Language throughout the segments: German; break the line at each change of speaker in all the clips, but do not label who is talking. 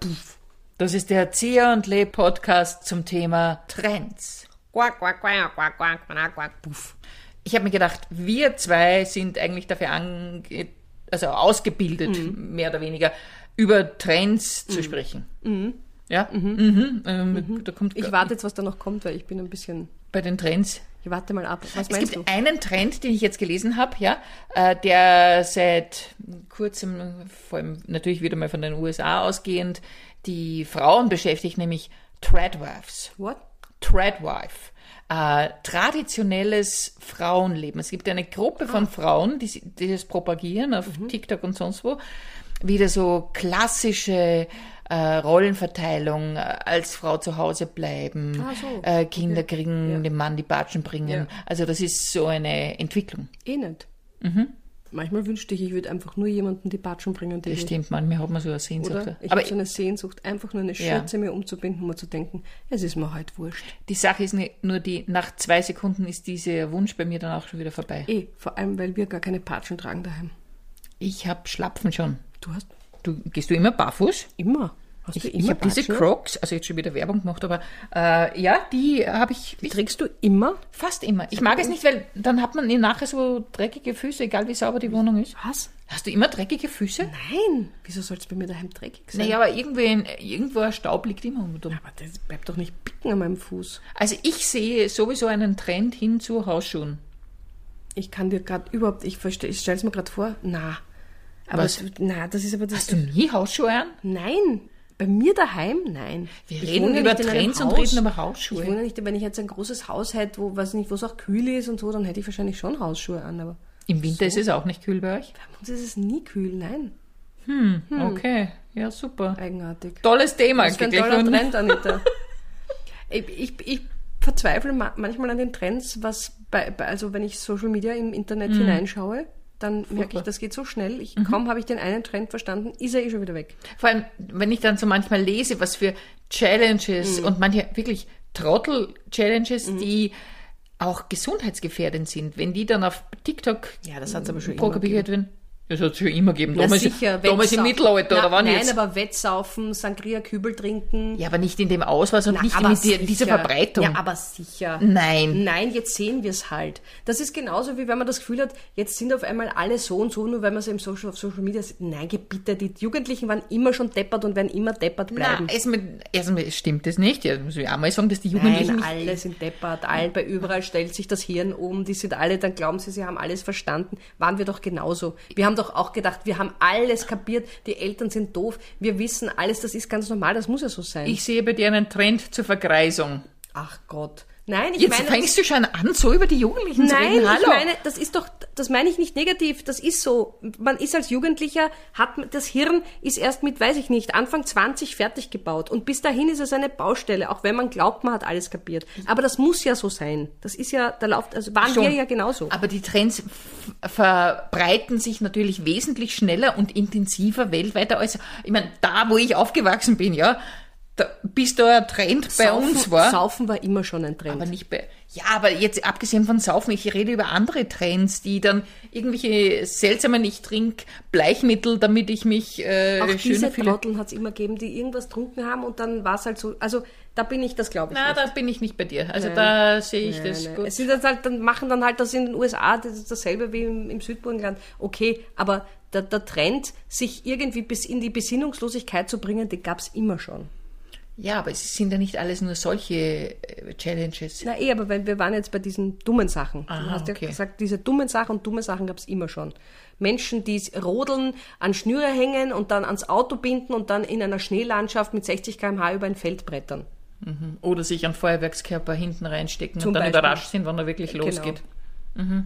Puff. Das ist der Zia und Lee Podcast zum Thema Trends. Quack, quack, quack, quack, quack, quack, quack, puff. Ich habe mir gedacht, wir zwei sind eigentlich dafür ange also ausgebildet, mehr oder weniger, über Trends zu sprechen. Ja? Mhm. Ähm, Da kommt
Ich warte jetzt, was da noch kommt, weil ich bin ein bisschen.
bei den Trends.
Ich warte mal ab. Was
Es
meinst
gibt
du?
einen Trend, den ich jetzt gelesen habe, ja, äh, der seit kurzem, vor allem natürlich wieder mal von den USA ausgehend, die Frauen beschäftigt, nämlich Tradwives.
What?
Tradwife. Äh, traditionelles Frauenleben. Es gibt eine Gruppe
Ah.
von Frauen, die, si- die das propagieren auf
Mhm.
TikTok und sonst wo. Wieder so klassische äh, Rollenverteilung, äh, als Frau zu Hause bleiben,
Ah, so.
äh, Kinder kriegen, dem Mann die Batschen bringen. Also das ist so eine Entwicklung.
Eh nicht.
Mhm.
Manchmal wünschte ich, ich würde einfach nur jemanden die Batschen bringen, die
Das stimmt, manchmal hat man so eine Sehnsucht.
Mhm. Oder? Ich
Aber
habe so eine Sehnsucht, einfach nur eine
Ja.
Schürze mir umzubinden, um mir zu denken, es ist mir heute wurscht.
die Sache ist ni- nur die, nach zwei Sekunden ist dieser Wunsch bei mir dann auch schon wieder vorbei.
Eh, vor allem, weil wir gar keine Patschen tragen daheim.
Ich habe Schlapfen schon.
Du hast
Du, gehst du immer barfuß?
immer. Hast du
Ich,
immer
ich habe diese
Patschen?
Crocs, also jetzt schon wieder Werbung gemacht, aber äh, ja, die habe ich,
Die
ich
trägst du immer?
fast immer. Ich mag es nicht, weil dann hat man eh nachher so dreckige Füße, egal wie sauber die Wohnung ist.
Was?
Hast du immer dreckige Füße?
Nein. Wieso soll es bei mir daheim dreckig sein?
Naja, aber irgendwie ein, irgendwo ein Staub liegt immer unten. drum.
Aber das bleibt doch nicht picken an meinem Fuß.
Also ich sehe sowieso einen Trend hin zu Hausschuhen.
Ich kann dir gerade überhaupt, ich verstehe, ich stelle es mir gerade vor, na. Aber
Was?
das- na, das ist aber das.
Hast du nie Hausschuhe an?
Nein. Bei mir daheim, nein.
Wir
Ich
reden
wohne
über
nicht in einem
Trends und
Haus.
reden über
Ich
Hausschuhe.
wundere nicht, wenn ich jetzt ein großes Haus hätte, wo weiß nicht, wo es auch kühl ist und so, dann hätte ich wahrscheinlich schon Hausschuhe an, aber
Im Winter ist es auch nicht kühl bei euch?
bei uns ist es nie kühl, nein.
Okay, ja super.
Eigenartig.
Tolles Thema.
Das ist Mhm. ein
gleich
toller
von-
Trend, Anita. ich, ich, ich verzweifle ma manchmal an den Trends, was bei, bei, also wenn ich Social Media im Internet
Mhm.
hineinschaue, dann merke ich, das geht so schnell. Ich, Kaum habe ich den einen Trend verstanden, ist er eh schon wieder weg.
Vor allem, wenn ich dann so manchmal lese, was für Challenges
Mhm.
und manche wirklich Trottel-Challenges, die auch gesundheitsgefährdend sind, wenn die dann auf TikTok
Mhm. Ja, das hat's aber schon immer
propagiert werden. Das hat es schon immer gegeben. damals damals im
Wettsau-
Mittelalter,
Na,
oder wann
Nein,
jetzt?
aber Wettsaufen, Sangria, Kübel trinken.
ja, aber nicht in dem Ausmaß und
Na,
nicht
aber
mit der, dieser
sicher.
Verbreitung. Mhm.
Ja, aber sicher.
Nein.
Nein, jetzt sehen wir es halt. Das ist genauso, wie wenn man das Gefühl hat, jetzt sind auf einmal alle so und so, nur weil man es im Social, auf Social Media sieht. Nein, gebitte, die Jugendlichen waren immer schon deppert und werden immer deppert bleiben.
Nein, erstmal, erstmal stimmt das nicht. Ja, muss ich einmal sagen, dass die Jugendlichen
Nein,
nicht-
alle sind deppert, all, bei überall stellt sich das Hirn um, die sind alle, dann glauben sie, sie haben alles verstanden. Waren wir doch genauso. Wir haben doch auch gedacht, wir haben alles kapiert, die Eltern sind doof, wir wissen alles, das ist ganz normal, das muss ja so sein.
Ich sehe bei dir einen Trend zur Vergreisung.
Ach Gott. Nein, ich
Jetzt
meine,
fängst du schon an, so über die Jugendlichen zu
Nein,
reden. Hallo.
ich meine, das ist doch, das meine ich nicht negativ. Das ist so. Man ist als Jugendlicher, hat man- das Hirn ist erst mit, weiß ich nicht, Anfang 20 fertig gebaut. Und bis dahin ist es eine Baustelle, auch wenn man glaubt, man hat alles kapiert. Aber das muss ja so sein. Das ist ja, da läuft, also waren wir
Schon.
ja genauso.
Aber die Trends f- verbreiten sich natürlich wesentlich schneller und intensiver weltweit als, ich meine, da, wo ich aufgewachsen bin, ja, da, bis da ein Trend bei
Saufen-
uns war.
Saufen war immer schon ein Trend.
Aber nicht bei, ja, aber jetzt abgesehen von Saufen, ich rede über andere Trends, die dann irgendwelche seltsamen, ich trinke Bleichmittel, damit ich mich äh,
auch
schöner
diese
fühle.
Trotteln hat es immer gegeben, die irgendwas getrunken haben und dann war es halt so. Also da bin ich, das glaube ich.
Na,
nicht.
da bin ich nicht bei dir. Also da sehe ich das
Nein,
gut.
Es sind dann halt, dann machen dann halt das in den USA, das ist dasselbe wie im, im Südburgenland. Okay, aber der, der Trend, sich irgendwie bis in die Besinnungslosigkeit zu bringen, den gab's immer schon.
Ja, aber es sind ja nicht alles nur solche äh, Challenges.
Na eh, aber weil wir waren jetzt bei diesen dummen Sachen. du
Aha,
hast
Ah, okay.
ja gesagt, diese dummen Sachen und dumme Sachen gab's immer schon. Menschen, die s- rodeln, an Schnüre hängen und dann ans Auto binden und dann in einer Schneelandschaft mit 60 km/h über ein Feld brettern.
Oder sich an Feuerwerkskörper hinten reinstecken
Zum
und dann
Beispiel.
überrascht sind, wann er wirklich
Genau.
losgeht.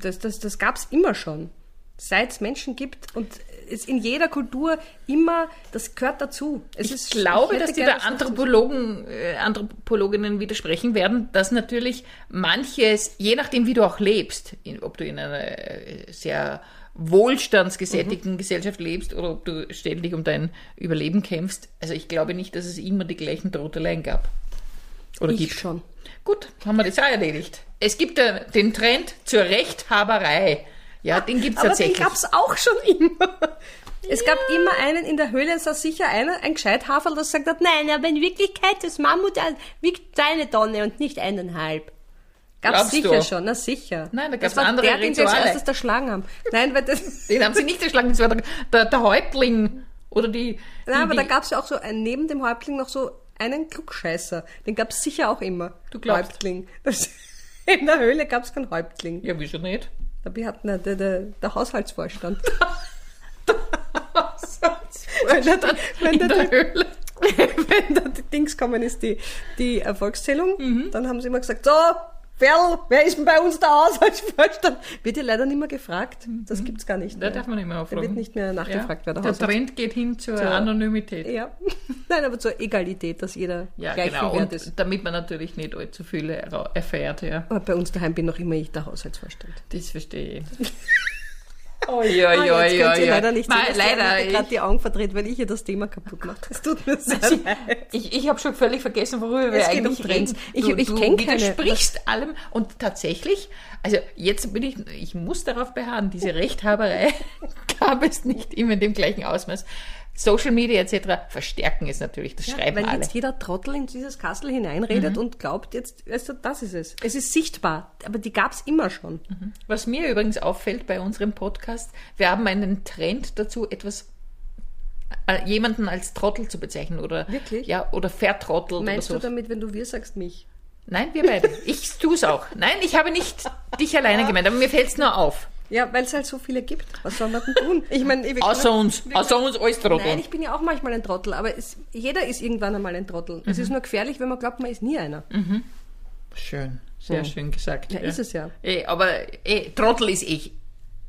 Das, das, das gab es immer schon. Seit es Menschen gibt und es in jeder Kultur immer, das gehört dazu. Es
Ich glaube,
hätte
dass die da
gerne, dass das-
Anthropologen, äh, Anthropologinnen widersprechen werden, dass natürlich manches, je nachdem, wie du auch lebst, in, ob du in einer äh, sehr wohlstandsgesättigten
Mhm.
Gesellschaft lebst oder ob du ständig um dein Überleben kämpfst, also ich glaube nicht, dass es immer die gleichen Troteleien gab. Oder
Ich
gibt.
schon.
Gut, haben wir das auch erledigt. Es gibt äh, den Trend zur Rechthaberei. Ja, den gibt es
Aber den
tatsächlich.
gab es auch schon immer. Es gab immer einen in der Höhle, es saß sicher einer, ein Gescheithaferl, das sagt hat, nein, aber in Wirklichkeit das Mammut ein- wiegt eine Tonne und nicht eineinhalb.
Glaubst
Gab's sicher
du?
schon, na sicher.
Nein, da
Das
gab's
war
andere
der, den sie als
Rituale.
erstes erschlagen haben. Nein, weil das,
Den haben sie nicht erschlagen, das war der, der, der Häuptling. Oder die.
nein
die,
aber
die,
da gab's ja auch so ein, neben dem Häuptling noch so einen Klugscheißer. Den gab's sicher auch immer.
Du glaubst.
Häuptling. Das, in der Höhle gab's keinen Häuptling.
Ja, wieso nicht?
Dabei hat na, der, der, der Haushaltsvorstand.
Wenn der,
wenn
in
der
der, Höhle.
wenn da die Dings kommen ist, die, die Erfolgszählung,
Mhm.
dann haben sie immer gesagt, so, Ferl, wer ist denn bei uns der Haushaltsvorstand? Wird ja leider nicht mehr gefragt. Das gibt's gar nicht
Mhm. Da
mehr.
darf man nicht mehr
Da
auffragen.
wird nicht mehr nachgefragt, wer der
Der
Haushaltsvorstand
Trend geht hin zur
Zur-
Anonymität.
Ja. Nein, aber zur Egalität, dass jeder
Ja,
gleich
genau.
viel wert
Und
ist.
damit man natürlich nicht allzu viel erra- erfährt, ja.
Aber bei uns daheim bin noch immer ich der Haushaltsvorstand.
Das verstehe ich. Oi, oi, oi,
Ah, jetzt könnt
oi,
ihr
oi.
leider nicht sehen,
Nein,
dass
leider.
leider, ich gerade
Ich,
die Augen verdreht, weil ich ihr das Thema kaputt mache. Das tut mir sehr leid.
ich, ich habe schon völlig vergessen, worüber wir
Es geht um
eigentlich
Trends.
reden.
Ich-
du,
ich
du
kenn keine.
widersprichst allem und tatsächlich, also jetzt bin ich, ich muss darauf beharren, diese Rechthaberei gab es nicht immer in dem gleichen Ausmaß. Social Media etc. verstärken es natürlich, das schreiben
Weil
alle.
jetzt jeder Trottel in dieses Kastel hineinredet und glaubt jetzt, weißt du, das ist es. Es ist sichtbar, aber die gab's immer schon.
Was mir übrigens auffällt bei unserem Podcast, wir haben einen Trend dazu, etwas äh, jemanden als Trottel zu bezeichnen oder
Wirklich?
ja oder vertrottelt
Meinst du
oder so.
damit, wenn du wir sagst, mich?
Nein, wir beide. Ich tue es auch. Nein, ich habe nicht dich alleine gemeint, aber mir fällt es nur auf.
Ja, weil es halt so viele gibt. Was soll man denn tun? Ich meine, wir-
Außer uns, außer uns alles
Nein,
Trottel.
ich bin ja auch manchmal ein Trottel, aber es, jeder ist irgendwann einmal ein Trottel. Es ist nur gefährlich, wenn man glaubt, man ist nie einer.
Schön, sehr schön gesagt.
Ja, ist es ja.
Eh, aber eh, Trottel ist eh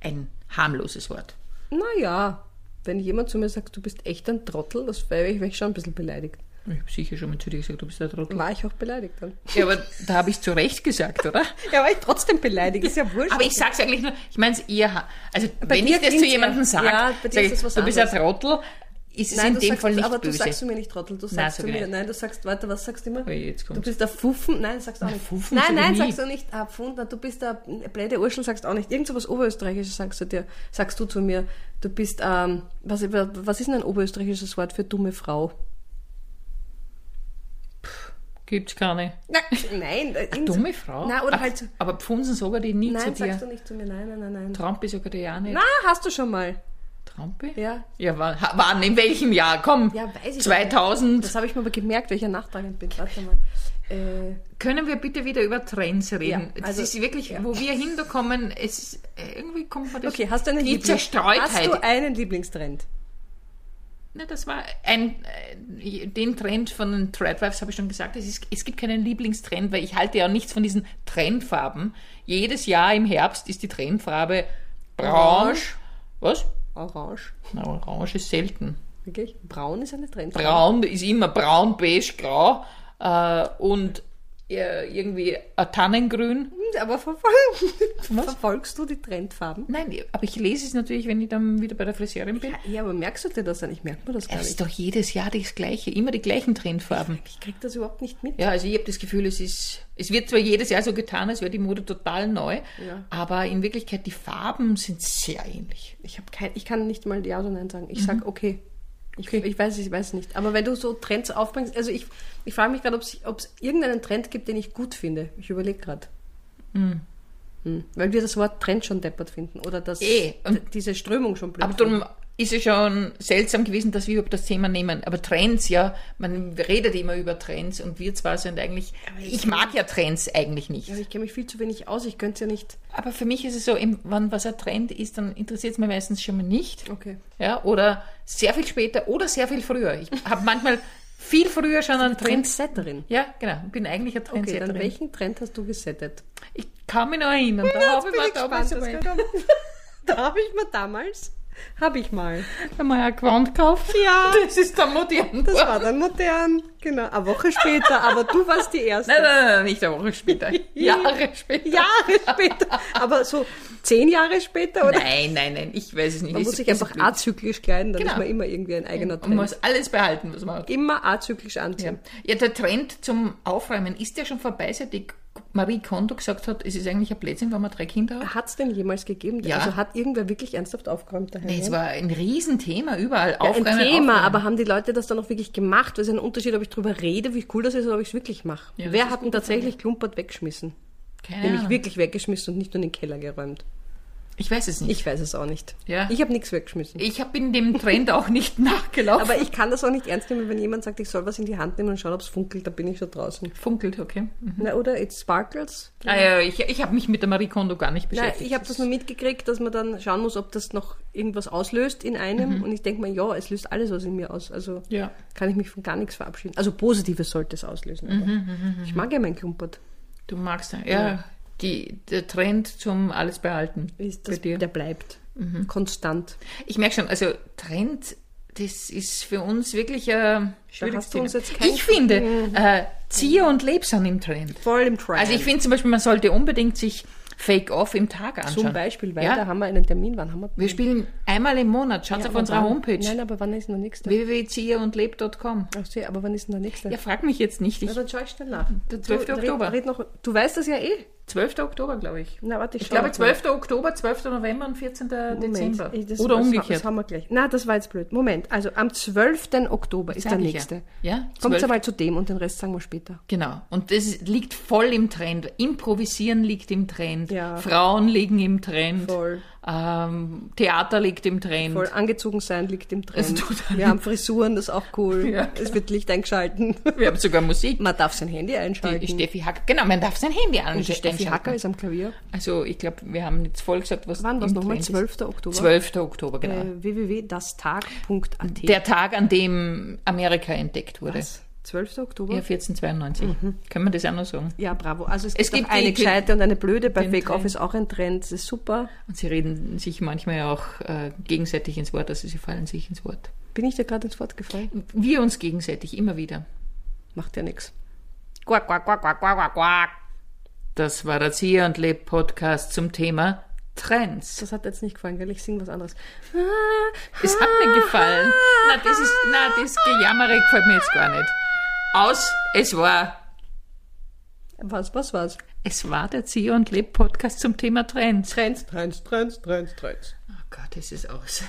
ein harmloses Wort.
Naja, wenn jemand zu mir sagt, du bist echt ein Trottel, das wäre ich, wär ich schon ein bisschen beleidigt.
Ich habe sicher schon mal zu dir gesagt, du bist ein Trottel.
War ich auch beleidigt dann.
Ja, aber da habe ich zu Recht gesagt, oder?
Ja, war ich trotzdem beleidigt, ist ja wurscht.
Aber ich sag's eigentlich nur, ich meine es eher, ha- also wenn
dir
ich das zu
klingt's
jemandem
eher-
sage,
ja, bei dir
sag
ist
ich,
es was
du bist ein Trottel, ist es
Nein,
in
du
dem
sagst,
Fall nicht
aber du
böse.
sagst zu mir nicht Trottel, du sagst
sag
zu
ich
mir,
nicht.
nein, du sagst, warte, was sagst du immer?
Ui, jetzt kommt's.
du bist der Fuffen, nein, sagst du auch nicht.
Fuffen
nein,
sag ich
nein,
nie.
sagst du nicht, ah, Pfund, nein, du bist der blöde Urschel, sagst auch nicht. Irgend so was Oberösterreichisches sagst du dir, sagst du zu mir, du bist, ähm, was, was ist denn ein oberösterreichisches Wort für dumme Frau?
Gibt's keine.
Nein, nein. äh, irgend so-
Dumme Frau.
Nein, oder
Ab-
halt, so-
Aber Pfunsen sogar die nie
nein,
zu
sagst du
dir.
nicht zu mir, nein, nein, nein, nein.
Trump ist sogar die ja eh nicht.
Na, hast du schon mal.
Trump?
Ja.
Ja, wann, ha- wann? In welchem Jahr? Komm.
Ja, weiß ich nicht.
2000.
Das habe ich mir aber gemerkt, welcher Nachtragend bin. Warte mal. Äh,
Können wir bitte wieder über Trends reden?
Ja,
Ja,
also-
das ist wirklich, wo wir hinkommen, es ist, äh, irgendwie kommt man das.
okay, hast du einen
Die
Lieblings-
Zerstreutheit.
Hast du einen Lieblingstrend?
Na, das war ein, äh, den Trend von den Threadwives habe ich schon gesagt. Es, ist, es gibt keinen Lieblingstrend, weil ich halte ja auch nichts von diesen Trendfarben. Jedes Jahr im Herbst ist die Trendfarbe
Orange.
orange. Was?
Orange.
Na, orange ist selten.
Wirklich? Braun ist eine Trendfarbe.
Braun ist immer braun, beige, grau äh, und äh, irgendwie ein Tannengrün.
Hm, Aber verfolgen.
Was?
verfolgst du die Trendfarben?
Nein, aber ich lese es natürlich, wenn ich dann wieder bei der Friseurin bin.
Ja, eh, aber merkst du dir das dann? Ich merke mir das gar
Es
nicht.
ist doch jedes Jahr das Gleiche, immer die gleichen Trendfarben.
Ich krieg das überhaupt nicht mit.
Ja, also ich habe das Gefühl, es ist, es wird zwar jedes Jahr so getan, als wäre die Mode total neu,
Ja.
aber in Wirklichkeit die Farben sind sehr ähnlich.
Ich, hab kein, ich kann nicht mal Ja oder Nein sagen. Ich sag okay. Ich,
Mhm. Okay.
ich weiß ich weiß nicht. Aber wenn du so Trends aufbringst, also ich, ich frage mich gerade, ob es irgendeinen Trend gibt, den ich gut finde. Ich überlege gerade.
Mhm.
Hm. Weil wir das Wort Trend schon deppert finden oder das,
Eh, und-
diese Strömung schon blöd
Aber darum ist es schon seltsam gewesen, dass wir überhaupt das Thema nehmen. Aber Trends, ja, man redet immer über Trends und wir zwar sind eigentlich, ich mag ja Trends eigentlich nicht.
Ja, aber Also ich kenne mich viel zu wenig aus. Ich könnte es ja nicht.
Aber für mich ist es so, eben, wann was ein Trend ist, dann interessiert es mir meistens schon mal nicht.
Okay.
Ja, oder sehr viel später oder sehr viel früher. Ich habe manchmal viel früher schon einen Trend.
Trendsetterin.
Ja, genau. Bin eigentlich ein
Okay,
Trendsetterin.
dann welchen Trend hast du gesettet?
Ich kann mich noch erinnern. Da habe ich mir damals einmal-
da habe ich mir damals, habe ich mal.
einmal ein Quant gekauft.
Ja,
Das ist der modern.
das
worden.
war dann modern. Genau, eine Woche später, aber du warst die Erste.
nein, nein, nein, nicht eine Woche später. Jahre später.
Jahre später, aber so zehn Jahre später oder?
Nein, nein, nein, ich weiß es nicht.
Man
Es
muss sich
ist
einfach
blöd.
azyklisch kleiden, dann
Genau.
ist man immer irgendwie ein eigener
Man
Trend.
muss alles behalten, was man hat.
Immer azyklisch anziehen.
Ja. ja, der Trend zum Aufräumen ist ja schon vorbei, seit die Marie Kondo gesagt hat, es ist eigentlich ein Blödsinn, wenn man drei Kinder hat.
Hat es denn jemals gegeben?
Ja.
Also hat irgendwer wirklich ernsthaft aufgeräumt daheim?
Nee, es war ein Riesenthema überall.
Ja, ein
Aufräumen,
Thema,
aufräumen.
aber haben die Leute das dann auch wirklich gemacht? Weil es ist ein Unterschied, ob ich drüber rede, wie cool das ist, oder ob ich es wirklich mache.
Ja, das ist
Wer
eine
hat denn tatsächlich klumpert weggeschmissen?
Keine
Nämlich
Ahnung.
wirklich weggeschmissen und nicht nur in den Keller geräumt.
Ich weiß es nicht.
Ich weiß es auch nicht.
Ja.
Ich habe nichts weggeschmissen.
Ich, hab bin dem Trend auch nicht nachgelaufen.
aber ich kann das auch nicht ernst nehmen, wenn jemand sagt, ich soll was in die Hand nehmen und schauen, ob es funkelt, da bin ich schon draußen.
funkelt, okay. Mhm.
Na, oder it sparkles.
Ah, ja, ich ich habe mich mit der Marie Kondo gar nicht
Nein,
beschäftigt.
ich habe das nur mitgekriegt, dass man dann schauen muss, ob das noch irgendwas auslöst in einem. Und ich denke mir, ja, es löst alles was in mir aus. Also
Mhm. Ja.
kann ich mich von gar nichts verabschieden. Also Positives sollte es auslösen.
Mhm,
Aber ich mag ja mein Klumpert.
Du magst ja. ja. Die, der Trend zum alles behalten
Ist
bei
das,
dir. Mhm.
der bleibt. Konstant.
Ich merke schon, also Trend, das ist für uns wirklich äh, ein schwieriges
hast du
Thema.
uns jetzt kein-
Ich finde, äh, ziehe und leb sind im Trend.
Voll im Trend.
Also ich finde zum Beispiel, man sollte unbedingt sich Fake-Off im Tag anschauen.
Zum Beispiel, weil da
ja?
haben wir einen Termin. Wann haben wir?
Wir spielen einmal im Monat, schaut auf
aber
unserer
wann?
Homepage
Nein, aber wann ist denn der nächste?
www.zieheundleb.com.
Ach so, aber wann ist denn der nächste?
Ja, frag mich jetzt nicht. Ich,
Na, dann schau ich schnell nach.
Der 12.
Du, red-
Oktober.
Red noch, du weißt das ja eh.
12. Oktober, glaube ich.
Na, warte, ich,
Ich
schau
glaube
noch mal.
12. Oktober, 12. November und 14.
Moment,
Dezember.
ich- das-
Oder
das-
umgekehrt.
Das haben wir gleich. Na, das war jetzt blöd. Moment, also am 12. Oktober ist
Sag
der
ich ja.
nächste.
Ja,
Kommt
12.
einmal zu dem und den Rest sagen wir später.
Genau. Und das liegt voll im Trend. Improvisieren liegt im Trend.
Ja.
Frauen liegen im Trend.
Voll.
Ähm, Theater liegt im Trend.
Voll angezogen sein liegt im Trend.
Es tut
wir haben Frisuren, das ist auch cool.
Also Ja, genau.
Es wird Licht eingeschalten.
Wir haben sogar Musik.
Man darf sein Handy
Die
einschalten.
Steffi Hacker. Genau, man darf sein Handy an.
und die Steffi Hacker ist am Klavier.
Also ich glaube, wir haben jetzt voll gesagt, was
Wann war es
im
nochmal?
Trend ist.
12. Oktober.
12. Oktober, genau.
Äh, www.dastag.at.
Der Tag, an dem Amerika entdeckt wurde.
Was? Mhm. 12. Oktober?
Ja,
Ja,
1492. Können wir das auch noch sagen?
bravo. Also es,
Es
gibt,
gibt
auch eine
die-
gescheite und eine blöde. Bei
den
Fake Off
Trend.
ist auch ein Trend. Das ist super.
Und sie reden sich manchmal auch äh, gegenseitig ins Wort, also sie fallen sich ins Wort.
Bin ich da gerade ins Wort gefallen?
Wir uns gegenseitig immer wieder.
Macht ja nichts.
Quack, quack, quack, quack, quack, quack, quack. Das war der Zieh und Leb Podcast zum Thema Trends.
Das hat jetzt nicht gefallen, gell? Ich singe was anderes. Ah.
Es hat mir gefallen. Na, das ist, na, das Gejammere gefällt mir jetzt gar nicht. Aus, es war,
Was, was, was?
es war der Zieh und Leb Podcast zum Thema Trends.
Trends, Trends, Trends, Trends, Trends.
Oh Gott, es ist aus.